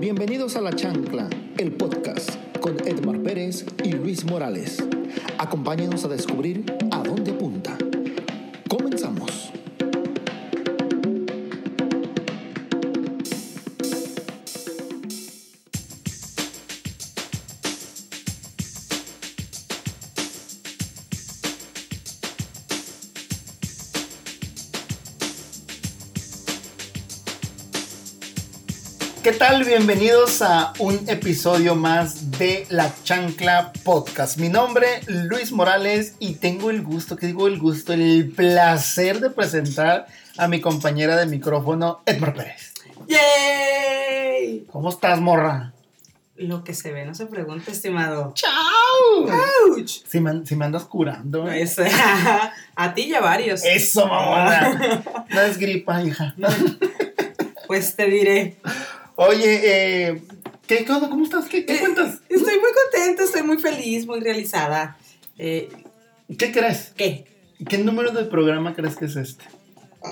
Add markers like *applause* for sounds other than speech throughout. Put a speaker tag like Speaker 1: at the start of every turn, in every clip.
Speaker 1: Bienvenidos a La Chancla, el podcast con Edmar Pérez y Luis Morales. Acompáñenos a descubrir a dónde apunta. Comenzamos.
Speaker 2: ¿Qué tal? Bienvenidos a un episodio más de La Chancla Podcast. Mi nombre Luis Morales y tengo el gusto, que digo el gusto, el placer de presentar a mi compañera de micrófono, Edmar Pérez.
Speaker 3: ¡Yay!
Speaker 2: ¿Cómo estás, morra?
Speaker 3: Lo que se ve no se pregunta, estimado.
Speaker 2: ¡Chao!
Speaker 3: ¡Auch!
Speaker 2: Si me, si me andas curando. ¿eh?
Speaker 3: Pues, a ti ya varios.
Speaker 2: Eso, mamona. No es gripa, hija.
Speaker 3: Pues te diré.
Speaker 2: Oye, eh, ¿qué cosa? ¿Cómo estás? ¿Qué, qué cuentas?
Speaker 3: Estoy muy contenta, estoy muy feliz, muy realizada. Eh,
Speaker 2: ¿Qué crees?
Speaker 3: ¿Qué?
Speaker 2: ¿Qué número de programa crees que es este?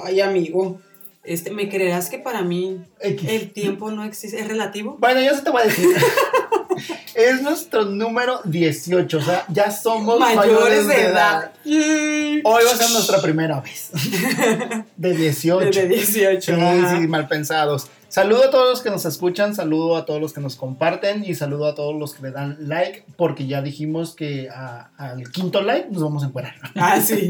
Speaker 3: Ay, amigo. Este, ¿Me creerás que para mí
Speaker 2: X.
Speaker 3: el tiempo no existe? ¿Es relativo?
Speaker 2: Bueno, yo se te voy a decir. *laughs* es nuestro número 18, o sea, ya somos mayores, de edad.
Speaker 3: Mm.
Speaker 2: Hoy va a ser nuestra primera vez. De 18.
Speaker 3: Desde 18.
Speaker 2: Sí,
Speaker 3: ajá.
Speaker 2: sí, mal pensados. Saludo a todos los que nos escuchan, saludo a todos los que nos comparten y saludo a todos los que le dan like, porque ya dijimos que a- al quinto like nos vamos a encuadrar.
Speaker 3: *laughs* Ah, sí.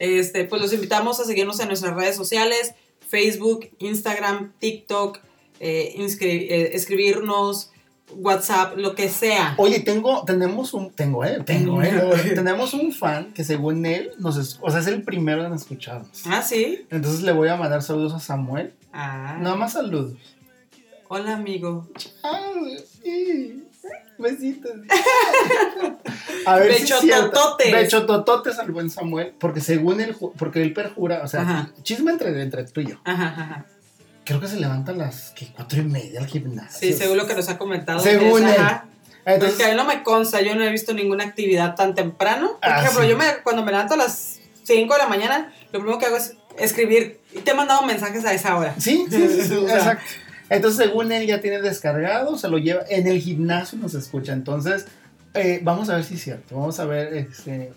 Speaker 3: Este, pues los invitamos a seguirnos en nuestras redes sociales, Facebook, Instagram, TikTok, eh, inscri- eh, escribirnos, WhatsApp, lo que sea.
Speaker 2: Oye, tengo, tenemos un, tengo, eh, tengo, eh, tenemos un fan que según él, nos, es- o sea, es el primero en escucharnos.
Speaker 3: Ah, sí.
Speaker 2: Entonces le voy a mandar saludos a Samuel.
Speaker 3: Ah.
Speaker 2: Nada más saludos.
Speaker 3: Hola, amigo.
Speaker 2: Besitos. A ver si es cierto.
Speaker 3: Bechotototes.
Speaker 2: Bechotototes al buen Samuel. Porque según él, ju- porque él perjura, o sea,
Speaker 3: Ajá.
Speaker 2: chisme entre, entre tú y yo.
Speaker 3: Ajá, ajá, ajá.
Speaker 2: Creo que se levanta a las ¿qué? cuatro y media al gimnasio.
Speaker 3: Sí, según lo que nos ha comentado.
Speaker 2: Según
Speaker 3: Andrés,
Speaker 2: él.
Speaker 3: ajá.
Speaker 2: Entonces,
Speaker 3: Porque a mí no me consta, yo no he visto ninguna actividad tan temprano. Por
Speaker 2: Ah,
Speaker 3: ejemplo,
Speaker 2: sí.
Speaker 3: yo me, cuando me levanto a las 5 de la mañana, lo primero que hago es escribir. Y te he mandado mensajes a esa hora.
Speaker 2: Sí, sí,
Speaker 3: *laughs*
Speaker 2: sí, sí,
Speaker 3: O sea.
Speaker 2: exacto. Entonces, según él ya tiene descargado, se lo lleva en el gimnasio nos escucha. Entonces, eh, vamos a ver si es cierto. Vamos a ver, este,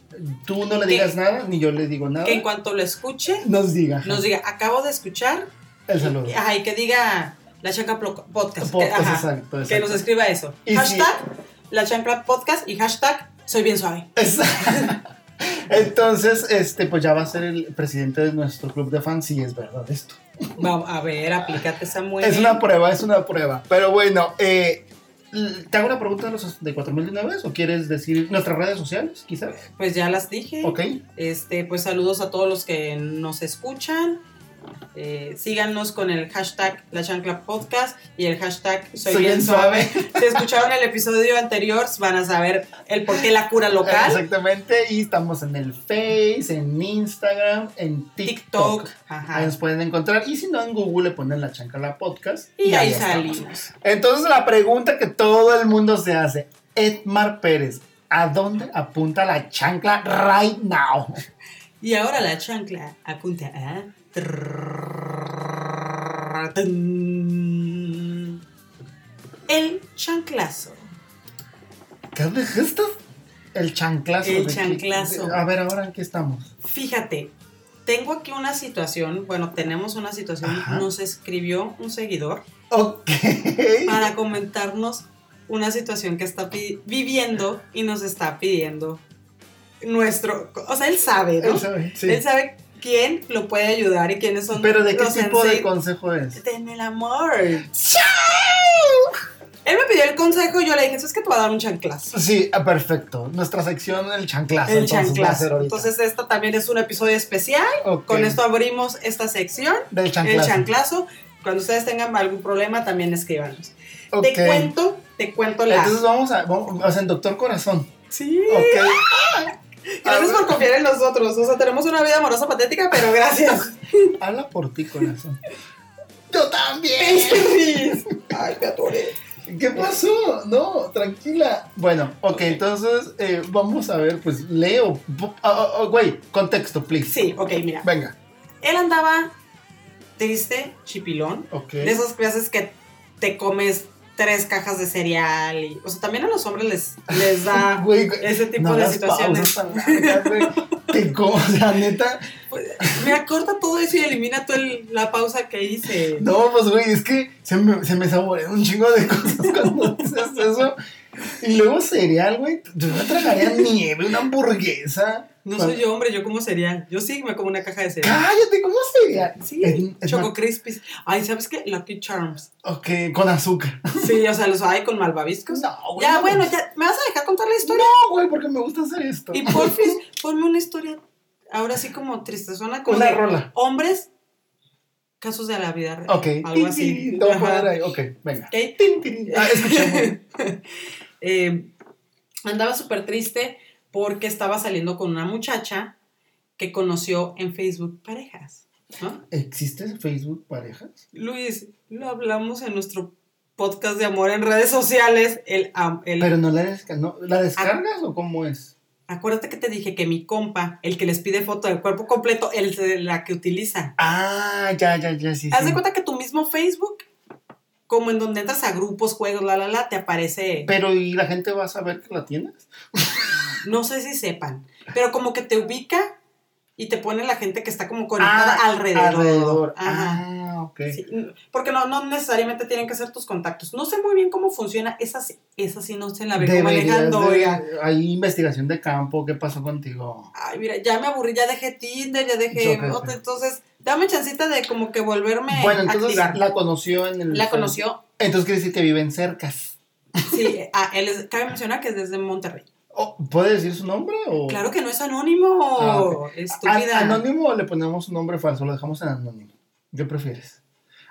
Speaker 2: tú no le
Speaker 3: Que-
Speaker 2: digas nada, ni yo le digo nada.
Speaker 3: Que en cuanto lo escuche,
Speaker 2: Nos diga.
Speaker 3: nos diga, acabo de escuchar
Speaker 2: el saludo.
Speaker 3: Ajá, y que diga la chancla Plo- podcast. que,
Speaker 2: Podcast,
Speaker 3: ajá,
Speaker 2: exacto,
Speaker 3: que
Speaker 2: exacto.
Speaker 3: nos escriba eso.
Speaker 2: Y si-
Speaker 3: hashtag la chancla podcast y hashtag soy bien suave.
Speaker 2: Exacto. *laughs* Entonces, este, pues ya va a ser el presidente de nuestro club de fans, si es verdad esto.
Speaker 3: Vamos a ver, aplícate Samuel.
Speaker 2: Es una prueba, es una prueba. Pero bueno, eh, ¿te hago una pregunta de los de 4000 de una vez? ¿O quieres decir nuestras redes sociales, quizás?
Speaker 3: Pues ya las dije.
Speaker 2: Ok.
Speaker 3: Este, pues saludos a todos los que nos escuchan. Eh, síganos con el hashtag la chancla podcast y el hashtag soy, bien, suave. *laughs* Si escucharon el episodio anterior, van a saber el por qué la cura local.
Speaker 2: Exactamente. Y estamos en el Face, en Instagram, en TikTok. Ah,
Speaker 3: TikTok. ajá.
Speaker 2: Ahí nos pueden encontrar. Y si no, en Google le ponen la chancala podcast.
Speaker 3: Y ahí
Speaker 2: estamos.
Speaker 3: salimos.
Speaker 2: Entonces la pregunta que todo el mundo se hace, Edmar Pérez, ¿a dónde apunta la chancla right now?
Speaker 3: Y ahora la chancla apunta a. El chanclazo.
Speaker 2: ¿Qué dónde es esto? El chanclazo.
Speaker 3: El
Speaker 2: de que-
Speaker 3: chanclazo.
Speaker 2: a ver, ahora en qué estamos.
Speaker 3: Fíjate, tengo aquí una situación. Bueno, tenemos una situación.
Speaker 2: Ajá.
Speaker 3: Nos escribió un seguidor
Speaker 2: Ok.
Speaker 3: para comentarnos una situación que está pi- viviendo y nos está pidiendo nuestro. O sea, él sabe, ¿no?
Speaker 2: Él sabe, sí.
Speaker 3: Él sabe quién lo puede ayudar y quiénes son
Speaker 2: Pero ¿de qué
Speaker 3: los
Speaker 2: tipo de
Speaker 3: sensei-
Speaker 2: consejo es?
Speaker 3: En el amor. Él me pidió el consejo y yo le dije, ¿sabes que te va a dar un chanclazo?
Speaker 2: Sí, ah, perfecto. Nuestra sección, el chanclazo.
Speaker 3: El
Speaker 2: Ah, entonces, va a ser
Speaker 3: chanclazo.
Speaker 2: ahorita.
Speaker 3: Entonces, esta también es un episodio especial.
Speaker 2: Ok,
Speaker 3: Con esto abrimos esta sección,
Speaker 2: Del chanclazo.
Speaker 3: el chanclazo. Cuando ustedes tengan algún problema, también escríbanos.
Speaker 2: Ok.
Speaker 3: Te cuento, te cuento la.
Speaker 2: Entonces oh, vamos a, vamos, o sea, en Doctor Corazón.
Speaker 3: sí.
Speaker 2: Ok.
Speaker 3: *laughs* Gracias por confiar en nosotros. O sea, tenemos una vida amorosa patética, pero gracias.
Speaker 2: *laughs* Habla por ti,
Speaker 3: *laughs*
Speaker 2: corazón. Yo también.
Speaker 3: Ay, me atoré.
Speaker 2: ¿Qué pasó? No, tranquila. Bueno, ok, entonces eh, vamos a ver, pues leo. Bu- ah, ah, ah, Güey, contexto, please.
Speaker 3: Sí, ok, mira.
Speaker 2: Venga.
Speaker 3: Él andaba triste, chipilón.
Speaker 2: Ok.
Speaker 3: De esas clases que te comes tres cajas de cereal. Y, o sea, también a los hombres les, les da
Speaker 2: *laughs* Güey,
Speaker 3: ese este tipo
Speaker 2: no
Speaker 3: de
Speaker 2: las
Speaker 3: situaciones.
Speaker 2: pausas tan largas, güey. Te co- o sea, neta.
Speaker 3: Pues, mira, corta todo eso y elimina toda el- la pausa que hice.
Speaker 2: No, pues, güey, es que se me, se me saborean un chingo de cosas *laughs* cuando dices eso. Y luego cereal, güey. Yo no tragaría nieve, una hamburguesa.
Speaker 3: No
Speaker 2: Cuando-
Speaker 3: soy yo hombre, yo como cereal. Yo sí me como una caja de cereal.
Speaker 2: Cállate, ¿cómo cereal?
Speaker 3: Sí,
Speaker 2: Ah, Es- es
Speaker 3: Choco Crispies. Ay, ¿sabes qué? Lucky
Speaker 2: *laughs*
Speaker 3: Charms.
Speaker 2: Ok, con azúcar.
Speaker 3: Sí, o sea, los hay con malvaviscos.
Speaker 2: No, güey.
Speaker 3: ya,
Speaker 2: no,
Speaker 3: bueno, ya, ¿me vas a dejar contar la historia?
Speaker 2: No, güey, porque me gusta hacer esto.
Speaker 3: Y porfis, ponme una historia, ahora sí como tristezona, como
Speaker 2: Una
Speaker 3: de
Speaker 2: rola.
Speaker 3: hombres, casos de la vida real,
Speaker 2: Ok.
Speaker 3: algo así.
Speaker 2: Tin, tin, te voy a
Speaker 3: Ajá.
Speaker 2: poner ahí. Ok, venga.
Speaker 3: Ok.
Speaker 2: Tin, tin.
Speaker 3: *laughs*
Speaker 2: Ah, escuchemos.
Speaker 3: Eh, andaba súper triste porque estaba saliendo con una muchacha que conoció en Facebook parejas. ¿no?
Speaker 2: ¿Existe Facebook parejas?
Speaker 3: Luis, lo hablamos en nuestro podcast de amor en redes sociales. El, am- el-
Speaker 2: Pero no la descargas. ¿La descargas o cómo es?
Speaker 3: acuérdate que te dije que mi compa, el que les pide foto del cuerpo completo, el de la que utilizan.
Speaker 2: Ah, ya, ya, ya, sí.
Speaker 3: Haz
Speaker 2: sí.
Speaker 3: de cuenta que tu mismo Facebook, como en donde entras a grupos, juegos, la, la, la, te aparece,
Speaker 2: Pero ¿y la gente va a saber que la tienes?
Speaker 3: no sé si sepan, pero como que te ubica y te pone la gente que está como conectada
Speaker 2: Ah,
Speaker 3: alrededor.
Speaker 2: Alrededor.
Speaker 3: Ajá.
Speaker 2: Ah, ok.
Speaker 3: Sí, porque no, no necesariamente tienen que ser tus contactos. No sé muy bien cómo funciona. Esa, sí- esa sí no se la vengo
Speaker 2: Deberías
Speaker 3: manejando. oiga.
Speaker 2: de, hay investigación de campo, ¿qué pasó contigo?
Speaker 3: Ay, mira, ya me aburrí, ya dejé Tinder, ya dejé...
Speaker 2: Yo creo
Speaker 3: otra,
Speaker 2: que-
Speaker 3: entonces, dame chancita de como que volverme
Speaker 2: Bueno,
Speaker 3: a
Speaker 2: entonces
Speaker 3: activar.
Speaker 2: la conoció en el...
Speaker 3: la conoció,
Speaker 2: Entonces quiere decir que viven cercas.
Speaker 3: sí, ah, él es- cabe mencionar que es desde Monterrey.
Speaker 2: Oh, ¿Puede decir su nombre? O...
Speaker 3: Claro que no es anónimo,
Speaker 2: Oh. Ah, ok.
Speaker 3: estúpida.
Speaker 2: ¿A- ¿Anónimo o le ponemos un nombre falso? Lo dejamos en anónimo. ¿Qué prefieres?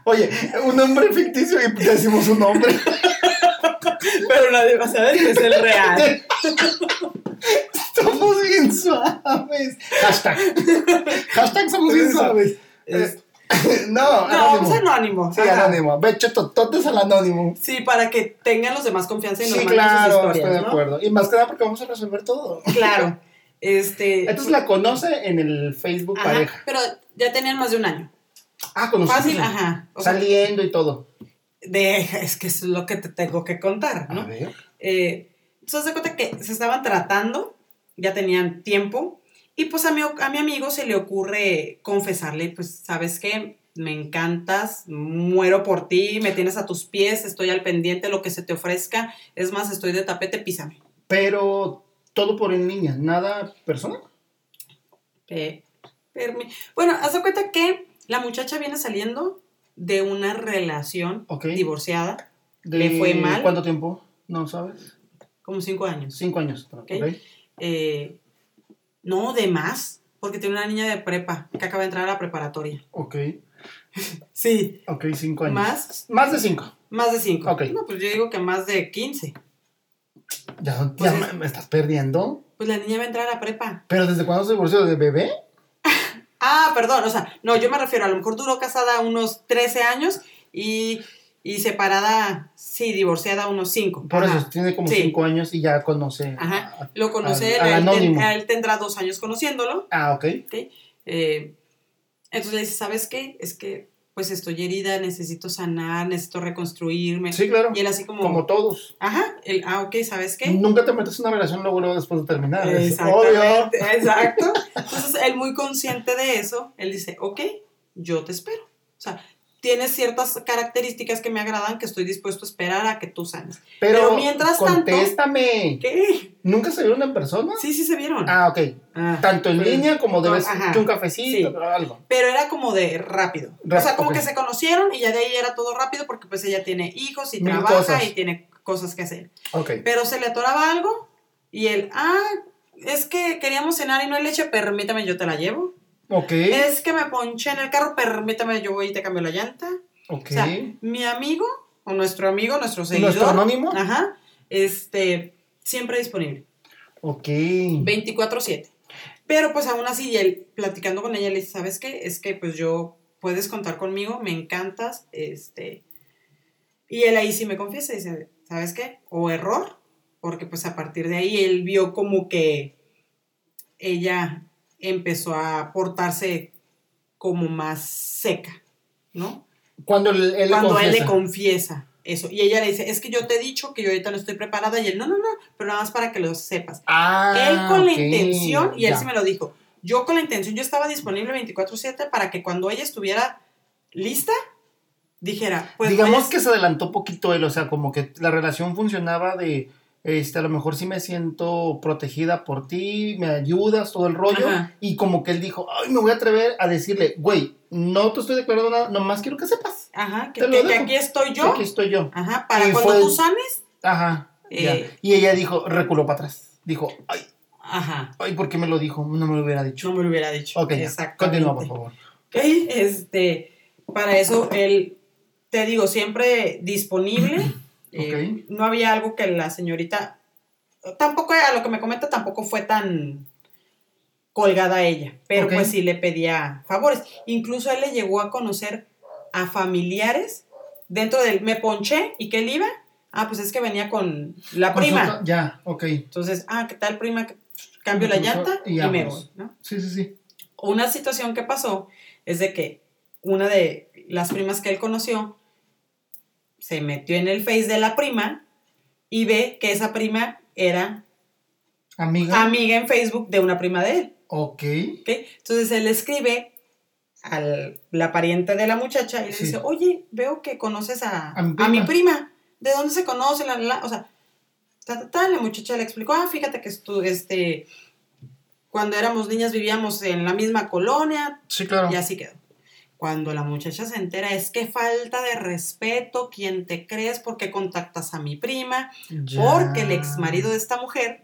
Speaker 2: Oye, un nombre ficticio y decimos
Speaker 3: *laughs*
Speaker 2: un nombre.
Speaker 3: Pero nadie va a saber que es el real.
Speaker 2: *laughs* Somos bien suaves. Hashtag. Hashtag somos bien suaves.
Speaker 3: Es-
Speaker 2: Eh, *laughs* no,
Speaker 3: no, es
Speaker 2: anónimo.
Speaker 3: anónimo.
Speaker 2: Sí,
Speaker 3: Ajá.
Speaker 2: anónimo. Becho tototes al anónimo.
Speaker 3: Sí, para que tengan los demás confianza y nos
Speaker 2: Sí,
Speaker 3: manden
Speaker 2: claro,
Speaker 3: sus
Speaker 2: estoy de
Speaker 3: historias, ¿no?
Speaker 2: acuerdo. Y más que nada porque vamos a resolver todo. *laughs*
Speaker 3: Claro. Este.
Speaker 2: Entonces la conoce en el Facebook
Speaker 3: ajá,
Speaker 2: pareja.
Speaker 3: Pero ya tenían más de un año.
Speaker 2: Ah, conocí.
Speaker 3: Fácil, ajá. O sea,
Speaker 2: Saliendo y todo.
Speaker 3: de, es que eso es lo que te tengo que contar,
Speaker 2: A
Speaker 3: ¿no?
Speaker 2: ver.
Speaker 3: Eh, entonces, de cuenta que se estaban tratando, ya tenían tiempo, y pues a mi, a mi amigo se le ocurre confesarle, pues, ¿sabes qué? Me encantas, muero por ti, me tienes a tus pies, estoy al pendiente, lo que se te ofrezca, es más, estoy de tapete, písame.
Speaker 2: Pero todo por en línea, nada persona.
Speaker 3: Eh, permi- bueno, haz de cuenta que la muchacha viene saliendo de una relación
Speaker 2: Ok.
Speaker 3: divorciada,
Speaker 2: De-
Speaker 3: ¿Le fue mal?
Speaker 2: ¿Cuánto tiempo? No sabes.
Speaker 3: como cinco años.
Speaker 2: Cinco años. Ok.
Speaker 3: Eh, no, de más, porque tiene una niña de prepa que acaba de entrar a la preparatoria.
Speaker 2: Ok.
Speaker 3: Sí,
Speaker 2: Ok, cinco años.
Speaker 3: más,
Speaker 2: Más de cinco.
Speaker 3: más de 5.
Speaker 2: Ok.
Speaker 3: No, pues yo digo que más de 15.
Speaker 2: Ya, ya
Speaker 3: Pues
Speaker 2: me,
Speaker 3: es-
Speaker 2: me estás perdiendo.
Speaker 3: Pues la niña va a entrar a prepa.
Speaker 2: ¿Pero desde cuándo se divorció? ¿De bebé?
Speaker 3: Ah, perdón, o sea, no, yo me refiero, a lo mejor duró casada unos 13 años y, y separada, sí, divorciada unos 5.
Speaker 2: Por eso tiene como
Speaker 3: Sí.
Speaker 2: cinco años y ya conoce.
Speaker 3: Ajá. Lo conoce,
Speaker 2: Al-
Speaker 3: él,
Speaker 2: al
Speaker 3: a él, ten-
Speaker 2: anónimo.
Speaker 3: a él tendrá dos años conociéndolo.
Speaker 2: Ah, ok.
Speaker 3: eh, entonces le dice, ¿sabes qué? Es que pues estoy herida, necesito sanar, necesito reconstruirme.
Speaker 2: Sí, claro.
Speaker 3: Y él así como...
Speaker 2: Como todos.
Speaker 3: Ajá, él, ah, ok, ¿sabes qué?
Speaker 2: Nunca te metes en una relación luego, luego después de terminar. Es obvio.
Speaker 3: Exactamente, exacto. Entonces, él muy consciente de eso, él dice, ok, yo te espero. O sea, tienes ciertas características que me agradan que estoy dispuesto a esperar a que tú sanes.
Speaker 2: Pero,
Speaker 3: Pero mientras tanto-
Speaker 2: Contéstame.
Speaker 3: ¿Qué?
Speaker 2: ¿Nunca se vieron en persona?
Speaker 3: Sí, sí se vieron.
Speaker 2: Ah, ok.
Speaker 3: Ah.
Speaker 2: Tanto en
Speaker 3: Pero-
Speaker 2: línea como de
Speaker 3: no,
Speaker 2: vez
Speaker 3: ajá.
Speaker 2: que un cafecito
Speaker 3: Sí.
Speaker 2: o algo.
Speaker 3: Pero era como de rápido. o sea,
Speaker 2: Rápido,
Speaker 3: como
Speaker 2: ok.
Speaker 3: que se conocieron y ya de ahí era todo rápido porque pues ella tiene hijos y
Speaker 2: Mil
Speaker 3: trabaja
Speaker 2: cosas.
Speaker 3: y tiene cosas que hacer.
Speaker 2: Ok.
Speaker 3: Pero se le atoraba algo y él, ah, es que queríamos cenar y no hay leche, permítame, yo te la llevo.
Speaker 2: Ok.
Speaker 3: Es que me ponché en el carro, permítame, yo voy y te cambio la llanta.
Speaker 2: ok.
Speaker 3: O sea, mi amigo, o nuestro amigo, nuestro seguidor. ah.
Speaker 2: ¿Nuestro anónimo?
Speaker 3: Ajá. Este, siempre disponible.
Speaker 2: ok.
Speaker 3: 24-7. Pero pues aún así, y él, platicando con ella, le dice, ¿sabes qué? Es que pues yo, puedes contar conmigo, me encantas, este... Y él ahí sí me confiesa, dice, ¿sabes qué? O error, porque pues a partir de ahí él vio como que ella empezó a portarse como más seca, ¿no?
Speaker 2: Cuando él, él le
Speaker 3: Cuando él le
Speaker 2: confiesa.
Speaker 3: confiesa. eso. Y ella le dice, es que yo te he dicho que yo ahorita no estoy preparada. Y él, no, no, no, pero nada más para que lo sepas.
Speaker 2: Ah,
Speaker 3: él con
Speaker 2: ok,
Speaker 3: la intención, y él
Speaker 2: ya.
Speaker 3: sí me lo dijo, yo con la intención, yo estaba disponible 24/7 para que cuando ella estuviera lista, dijera, pues...
Speaker 2: Digamos
Speaker 3: pues,
Speaker 2: que se adelantó poquito él, o sea, como que la relación funcionaba de, este, a lo mejor sí me siento protegida por ti, me ayudas, todo el rollo,
Speaker 3: Ajá.
Speaker 2: y como que él dijo, ay, me voy a atrever a decirle, güey, no te estoy declarando nada, nomás quiero que sepas
Speaker 3: Ajá, que,
Speaker 2: te lo
Speaker 3: que- que
Speaker 2: dejo.
Speaker 3: aquí estoy
Speaker 2: que
Speaker 3: yo.
Speaker 2: aquí estoy yo.
Speaker 3: Ajá, para
Speaker 2: Y
Speaker 3: cuando
Speaker 2: fue-
Speaker 3: tú sanes.
Speaker 2: Ajá. ya.
Speaker 3: Eh.
Speaker 2: Y ella dijo, reculó para atrás. Dijo, ay,
Speaker 3: Ajá,
Speaker 2: ay, ¿por qué me lo dijo? No me lo hubiera dicho.
Speaker 3: yo me lo hubiera dicho.
Speaker 2: ok, ya.
Speaker 3: Exactamente.
Speaker 2: continúa, por favor.
Speaker 3: Ok, este, para eso él, te digo, siempre disponible. Eh,
Speaker 2: Ok.
Speaker 3: No había algo que la señorita, tampoco, a lo que me comenta, tampoco fue tan colgada ella, pero
Speaker 2: Ok.
Speaker 3: pues sí le pedía favores. Incluso él le llegó a conocer a familiares dentro del, me ponché y que él iba. Ah, pues es que venía con la prima.
Speaker 2: Consulta- Ya, ok.
Speaker 3: Entonces, ah, ¿qué tal prima? Cambio la
Speaker 2: Incluso-
Speaker 3: llanta
Speaker 2: y
Speaker 3: y me
Speaker 2: ambos.
Speaker 3: voy, ¿no?
Speaker 2: Sí, sí, sí.
Speaker 3: una situación que pasó es de que una de las primas que él conoció se metió en el face de la prima y ve que esa prima era
Speaker 2: Amiga.
Speaker 3: amiga en Facebook de una prima de él.
Speaker 2: ok.
Speaker 3: ¿ok? Entonces él escribe a la pariente de la muchacha y le
Speaker 2: Sí.
Speaker 3: dice, oye, veo que conoces a,
Speaker 2: A mi
Speaker 3: a mi
Speaker 2: prima.
Speaker 3: prima. ¿De dónde se conoce? La, la, la?". o sea, ta, ta, ta. la muchacha le explicó, ah, fíjate que estu- este, cuando éramos niñas vivíamos en la misma colonia,
Speaker 2: Sí, claro.
Speaker 3: y así quedó. Cuando la muchacha se entera, es que falta de respeto, ¿quién te crees? porque contactas a mi prima?
Speaker 2: Ya.
Speaker 3: Porque el ex marido de esta mujer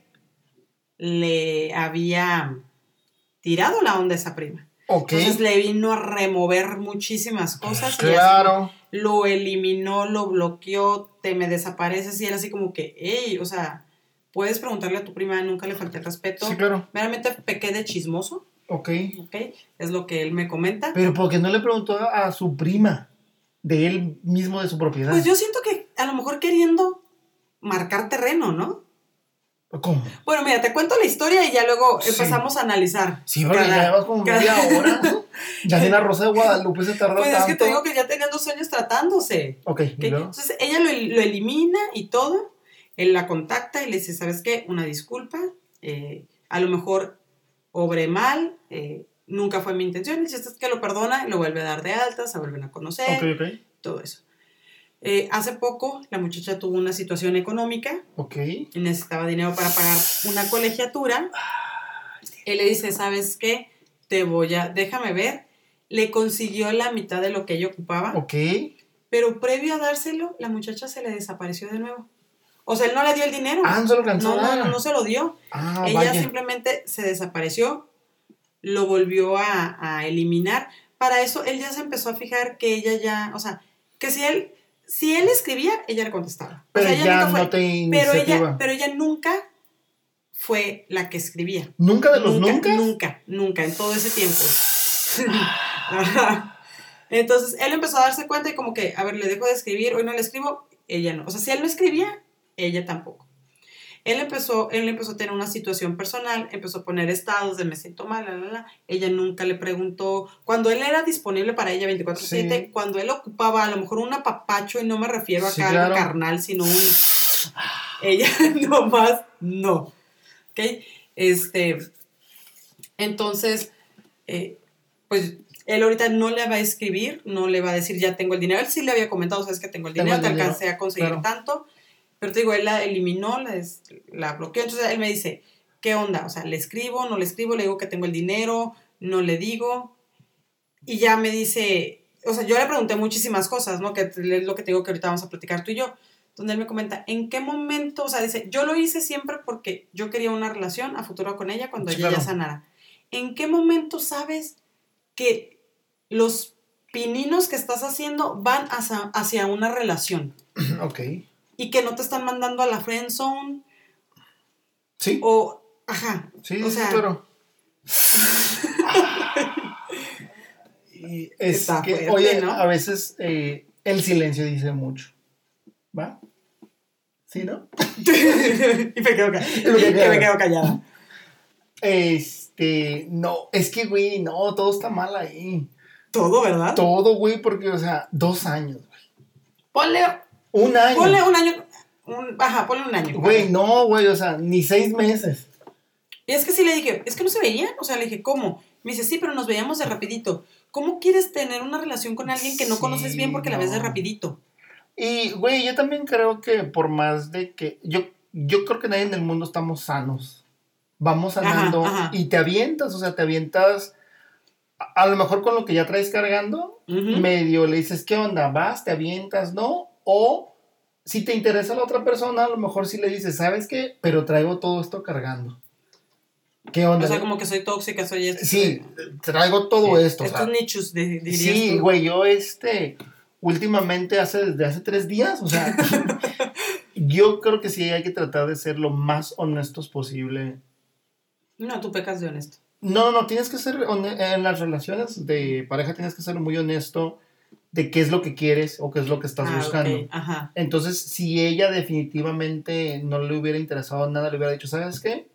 Speaker 3: le había tirado la onda a esa prima.
Speaker 2: Ok. Pues
Speaker 3: Entonces le vino a remover muchísimas cosas. y así
Speaker 2: Claro.
Speaker 3: lo eliminó, lo bloqueó, te me desapareces y era así como que, hey, o sea, puedes preguntarle a tu prima, nunca le falté el respeto.
Speaker 2: Sí, claro.
Speaker 3: Meramente pequé de chismoso,
Speaker 2: Ok.
Speaker 3: ¿ok? Es lo que él me comenta.
Speaker 2: Pero porque no le preguntó a su prima de él mismo de su propiedad.
Speaker 3: Pues yo siento que a lo mejor queriendo marcar terreno, ¿no?
Speaker 2: ¿Cómo?
Speaker 3: Bueno, mira, te cuento la historia y ya luego
Speaker 2: Sí.
Speaker 3: empezamos a analizar.
Speaker 2: Sí, porque
Speaker 3: Cada-
Speaker 2: ya vas como
Speaker 3: cada-
Speaker 2: media
Speaker 3: *laughs*
Speaker 2: hora. Ya ni la Rosa de Guadalupe se tardó
Speaker 3: Pues
Speaker 2: tanto.
Speaker 3: es que te digo que ya tenían dos años tratándose. ¿ok?
Speaker 2: Ok, ¿y luego?
Speaker 3: Entonces ella lo, lo elimina y todo. Él la contacta y le dice, ¿sabes qué? Una disculpa. eh, a lo mejor obré mal. eh, nunca fue mi intención. Y si es que lo perdona, lo vuelve a dar de alta, se vuelven a conocer.
Speaker 2: Ok,
Speaker 3: Todo eso. Eh, hace poco la muchacha tuvo una situación económica
Speaker 2: ok. Ok.
Speaker 3: y necesitaba dinero para pagar una colegiatura. Él le dice, ¿sabes qué? Te voy a, déjame ver. Le consiguió la mitad de lo que ella ocupaba,
Speaker 2: Ok.
Speaker 3: pero previo a dárselo, la muchacha se le desapareció de nuevo. O sea, él no le dio el dinero.
Speaker 2: Ah, no se lo
Speaker 3: no,
Speaker 2: alcanzó.
Speaker 3: no,
Speaker 2: nada.
Speaker 3: no, no se lo dio.
Speaker 2: Ah,
Speaker 3: ella
Speaker 2: vaya.
Speaker 3: simplemente se desapareció, lo volvió a, a eliminar. Para eso, él ya se empezó a fijar que ella ya, o sea, que si él, si él escribía, ella le contestaba. O
Speaker 2: Pero
Speaker 3: sea, ella
Speaker 2: ya
Speaker 3: nunca fue-
Speaker 2: no te
Speaker 3: pero
Speaker 2: iniciativa.
Speaker 3: ella, pero ella nunca fue la que escribía.
Speaker 2: ¿Nunca de los nunca?
Speaker 3: Nunca, nunca, en todo ese tiempo. *laughs* Ajá. Entonces, él empezó a darse cuenta y como que, a ver, le dejo de escribir, hoy no le escribo, ella no. O sea, si él no escribía, ella tampoco. Él empezó, él empezó a tener una situación personal, empezó a poner estados de me siento mal, la, la, la. Ella nunca le preguntó. Cuando él era disponible para ella 24-7,
Speaker 2: Sí.
Speaker 3: cuando él ocupaba a lo mejor un apapacho, y no me refiero
Speaker 2: Sí,
Speaker 3: a algo
Speaker 2: claro.
Speaker 3: carnal, sino un. Ella *laughs* nomás no. ¿Ok? Este. Entonces, eh, pues él ahorita no le va a escribir, no le va a decir ya tengo el dinero. Él sí le había comentado, sabes que tengo el
Speaker 2: Tengo
Speaker 3: dinero,
Speaker 2: el
Speaker 3: te
Speaker 2: dinero,
Speaker 3: alcancé a conseguir
Speaker 2: claro.
Speaker 3: tanto. Pero te digo, él la eliminó, la, des- la bloqueó. Entonces él me dice, ¿qué onda? O sea, le escribo, no le escribo, le digo que tengo el dinero, no le digo. Y ya me dice, o sea, yo le pregunté muchísimas cosas, ¿no? Que es lo que te digo que ahorita vamos a platicar tú y yo. Donde él me comenta, ¿en qué momento? O sea, dice, yo lo hice siempre porque yo quería una relación a futuro con ella cuando
Speaker 2: Sí,
Speaker 3: ella ya
Speaker 2: claro.
Speaker 3: sanara. ¿En qué momento sabes que los pininos que estás haciendo van hacia, hacia una relación
Speaker 2: *sniffs* Ok.
Speaker 3: y que no te están mandando a la friend zone
Speaker 2: Sí,
Speaker 3: o ajá
Speaker 2: sí,
Speaker 3: o
Speaker 2: sí,
Speaker 3: sea,
Speaker 2: claro. Y es
Speaker 3: Está
Speaker 2: que,
Speaker 3: fuerte,
Speaker 2: oye,
Speaker 3: ¿no?
Speaker 2: a veces eh, el silencio dice mucho. ¿Va? ¿Sí, no?
Speaker 3: *laughs* y me quedo, ca- y que me quedo callada
Speaker 2: Este, no, es que, güey, no, todo está mal ahí.
Speaker 3: todo verdad
Speaker 2: Todo, güey, porque, o sea, dos años, güey.
Speaker 3: ponle
Speaker 2: Un año.
Speaker 3: Ponle un año. un- ajá, ponle un año.
Speaker 2: Güey, no, güey, o sea, ni seis meses.
Speaker 3: Y es que sí le dije, es que no se veían. O sea, le dije, ¿cómo? Me dice, sí, pero nos veíamos de rapidito. ¿Cómo quieres tener una relación con alguien que no
Speaker 2: Sí,
Speaker 3: conoces bien porque la
Speaker 2: no.
Speaker 3: ves de rapidito?
Speaker 2: Y, güey, yo también creo que por más de que. Yo, yo creo que nadie en el mundo estamos sanos. Vamos
Speaker 3: Ajá,
Speaker 2: sanando
Speaker 3: ajá.
Speaker 2: y te avientas, o sea, te avientas. A, a lo mejor con lo que ya traes cargando,
Speaker 3: Ujú.
Speaker 2: medio le dices, ¿qué onda? ¿Vas? ¿Te avientas? ¿No? O si te interesa la otra persona, a lo mejor sí le dices, ¿sabes qué? Pero traigo todo esto cargando. ¿Qué onda?
Speaker 3: O sea, como que soy tóxica, soy esto.
Speaker 2: Sí, traigo todo esto. o sea,
Speaker 3: Estos nichos, de, dirías
Speaker 2: Sí,
Speaker 3: tú.
Speaker 2: güey, yo este, últimamente, hace, desde hace tres días,
Speaker 3: *laughs*
Speaker 2: o sea, yo creo que sí hay que tratar de ser lo más honestos posible.
Speaker 3: No, tú pecas de honesto.
Speaker 2: No, no, tienes que ser, hone- en las relaciones de pareja tienes que ser muy honesto de qué es lo que quieres o qué es lo que estás
Speaker 3: Ah,
Speaker 2: buscando.
Speaker 3: ok, Ajá.
Speaker 2: Entonces, si ella definitivamente no le hubiera interesado nada, le hubiera dicho, ¿sabes qué?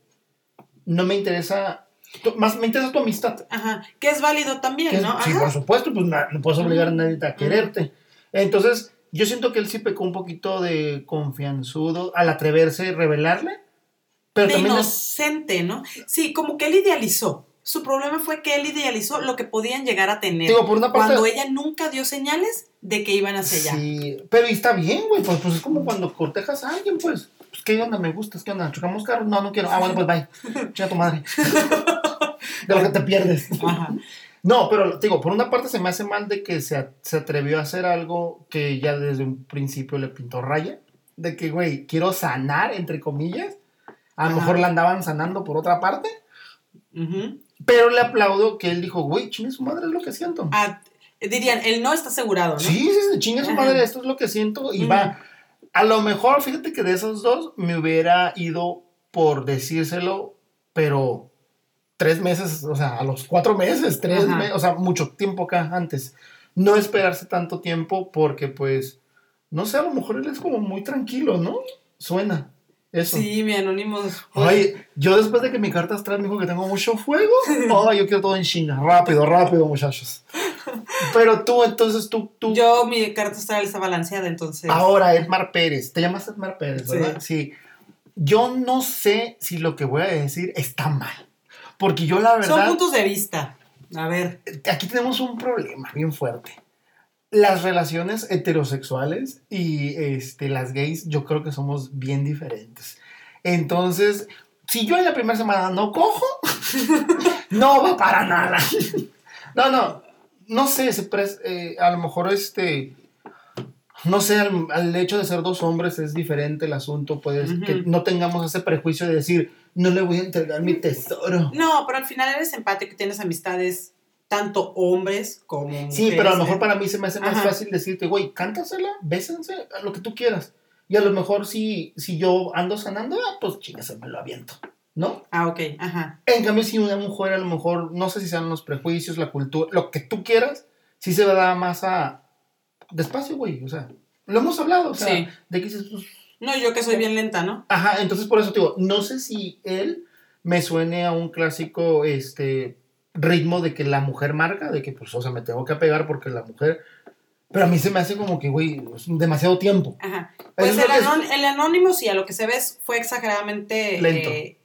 Speaker 2: No me interesa, tu- más me interesa tu amistad.
Speaker 3: Ajá. Que es válido
Speaker 2: Que-
Speaker 3: también, ¿no?
Speaker 2: Sí,
Speaker 3: Ajá.
Speaker 2: por supuesto, pues na- no puedes obligar a nadie a quererte. Entonces, yo siento que él sí pecó un poquito de confianzudo al atreverse a revelarle, pero
Speaker 3: de
Speaker 2: también
Speaker 3: inocente, ¿no? Sí, como que él idealizó. Su problema fue que él idealizó lo que podían llegar a tener.
Speaker 2: digo, por una parte...
Speaker 3: cuando ella nunca dio señales de que iban hacia allá.
Speaker 2: Sí, pero y está bien, güey, pues, pues es como cuando cortejas a alguien, pues, pues ¿qué onda? ¿Me gustas? ¿Qué onda? ¿Chocamos carros? No, no quiero. Ah, bueno, pues
Speaker 3: *laughs*
Speaker 2: bye. Chinga tu madre. De lo que te pierdes.
Speaker 3: Ajá.
Speaker 2: No, pero te digo, por una parte se me hace mal de que se, a- se atrevió a hacer algo que ya desde un principio le pintó raya. De que, güey, quiero sanar, entre comillas. A lo
Speaker 3: Ajá.
Speaker 2: mejor la andaban sanando por otra parte.
Speaker 3: Ujú.
Speaker 2: Pero le aplaudo que él dijo, güey, chingue su madre, es lo que siento.
Speaker 3: Ah, dirían, el no está asegurado, ¿no?
Speaker 2: Sí, sí, sí, chingue su
Speaker 3: Ajá.
Speaker 2: madre, esto es lo que siento. Y
Speaker 3: Mm.
Speaker 2: va. A lo mejor, fíjate que de esos dos me hubiera ido por decírselo, pero tres meses, o sea, a los cuatro meses, tres
Speaker 3: Ajá.
Speaker 2: meses, o sea, mucho tiempo acá antes. No esperarse tanto tiempo porque, pues, no sé, a lo mejor él es como muy tranquilo, ¿no? Suena. Eso.
Speaker 3: Sí, mi anónimo.
Speaker 2: Ay, yo después de que mi carta astral me dijo que tengo mucho
Speaker 3: *laughs*
Speaker 2: fuego, no, yo quiero todo en China. Rápido, rápido, muchachos. Pero tú, entonces, tú, tú,
Speaker 3: Yo, mi carta astral está balanceada, entonces.
Speaker 2: Ahora, Edmar Pérez. Te llamas Edmar Pérez,
Speaker 3: Sí.
Speaker 2: ¿verdad? Sí. Yo no sé si lo que voy a decir está mal. Porque yo, la
Speaker 3: Son
Speaker 2: verdad,
Speaker 3: puntos de vista. A ver.
Speaker 2: aquí tenemos un problema bien fuerte. Las relaciones heterosexuales y este, las gays, yo creo que somos bien diferentes. Entonces, si yo en la primera semana no cojo, *laughs* no va para nada. No, no, no sé, se pres- eh, a lo mejor este, no sé, al, al hecho de ser dos hombres es diferente el asunto, pues
Speaker 3: Ujú.
Speaker 2: que no tengamos ese prejuicio de decir, no le voy a entregar mi tesoro.
Speaker 3: No, pero al final eres empático y tienes amistades, tanto hombres como mujeres.
Speaker 2: Sí, pero a lo mejor
Speaker 3: ¿eh?
Speaker 2: para mí se me hace más
Speaker 3: Ajá.
Speaker 2: fácil decirte, güey, cántasela, bésense, a lo que tú quieras. Y a lo mejor si, si yo ando sanando, ah, pues chingas, me lo aviento, ¿no?
Speaker 3: Ah, ok, ajá.
Speaker 2: En cambio, si una mujer, a lo mejor, no sé si sean los prejuicios, la cultura, lo que tú quieras, sí se va más a. Despacio, güey, o sea. Lo hemos hablado, o sea,
Speaker 3: Sí.
Speaker 2: de que dices, pues,
Speaker 3: No, yo que soy bien lenta, ¿no?
Speaker 2: Ajá, entonces por eso te digo, no sé si él me suene a un clásico este ritmo de que la mujer marca, de que pues, o sea, me tengo que apegar porque la mujer. Pero a mí se me hace como que, güey, es demasiado tiempo.
Speaker 3: Ajá.
Speaker 2: Eso es
Speaker 3: Pues
Speaker 2: lo
Speaker 3: el,
Speaker 2: que es-
Speaker 3: anón- el anónimo, sí, a lo que se ve es- fue exageradamente
Speaker 2: Lento.
Speaker 3: eh,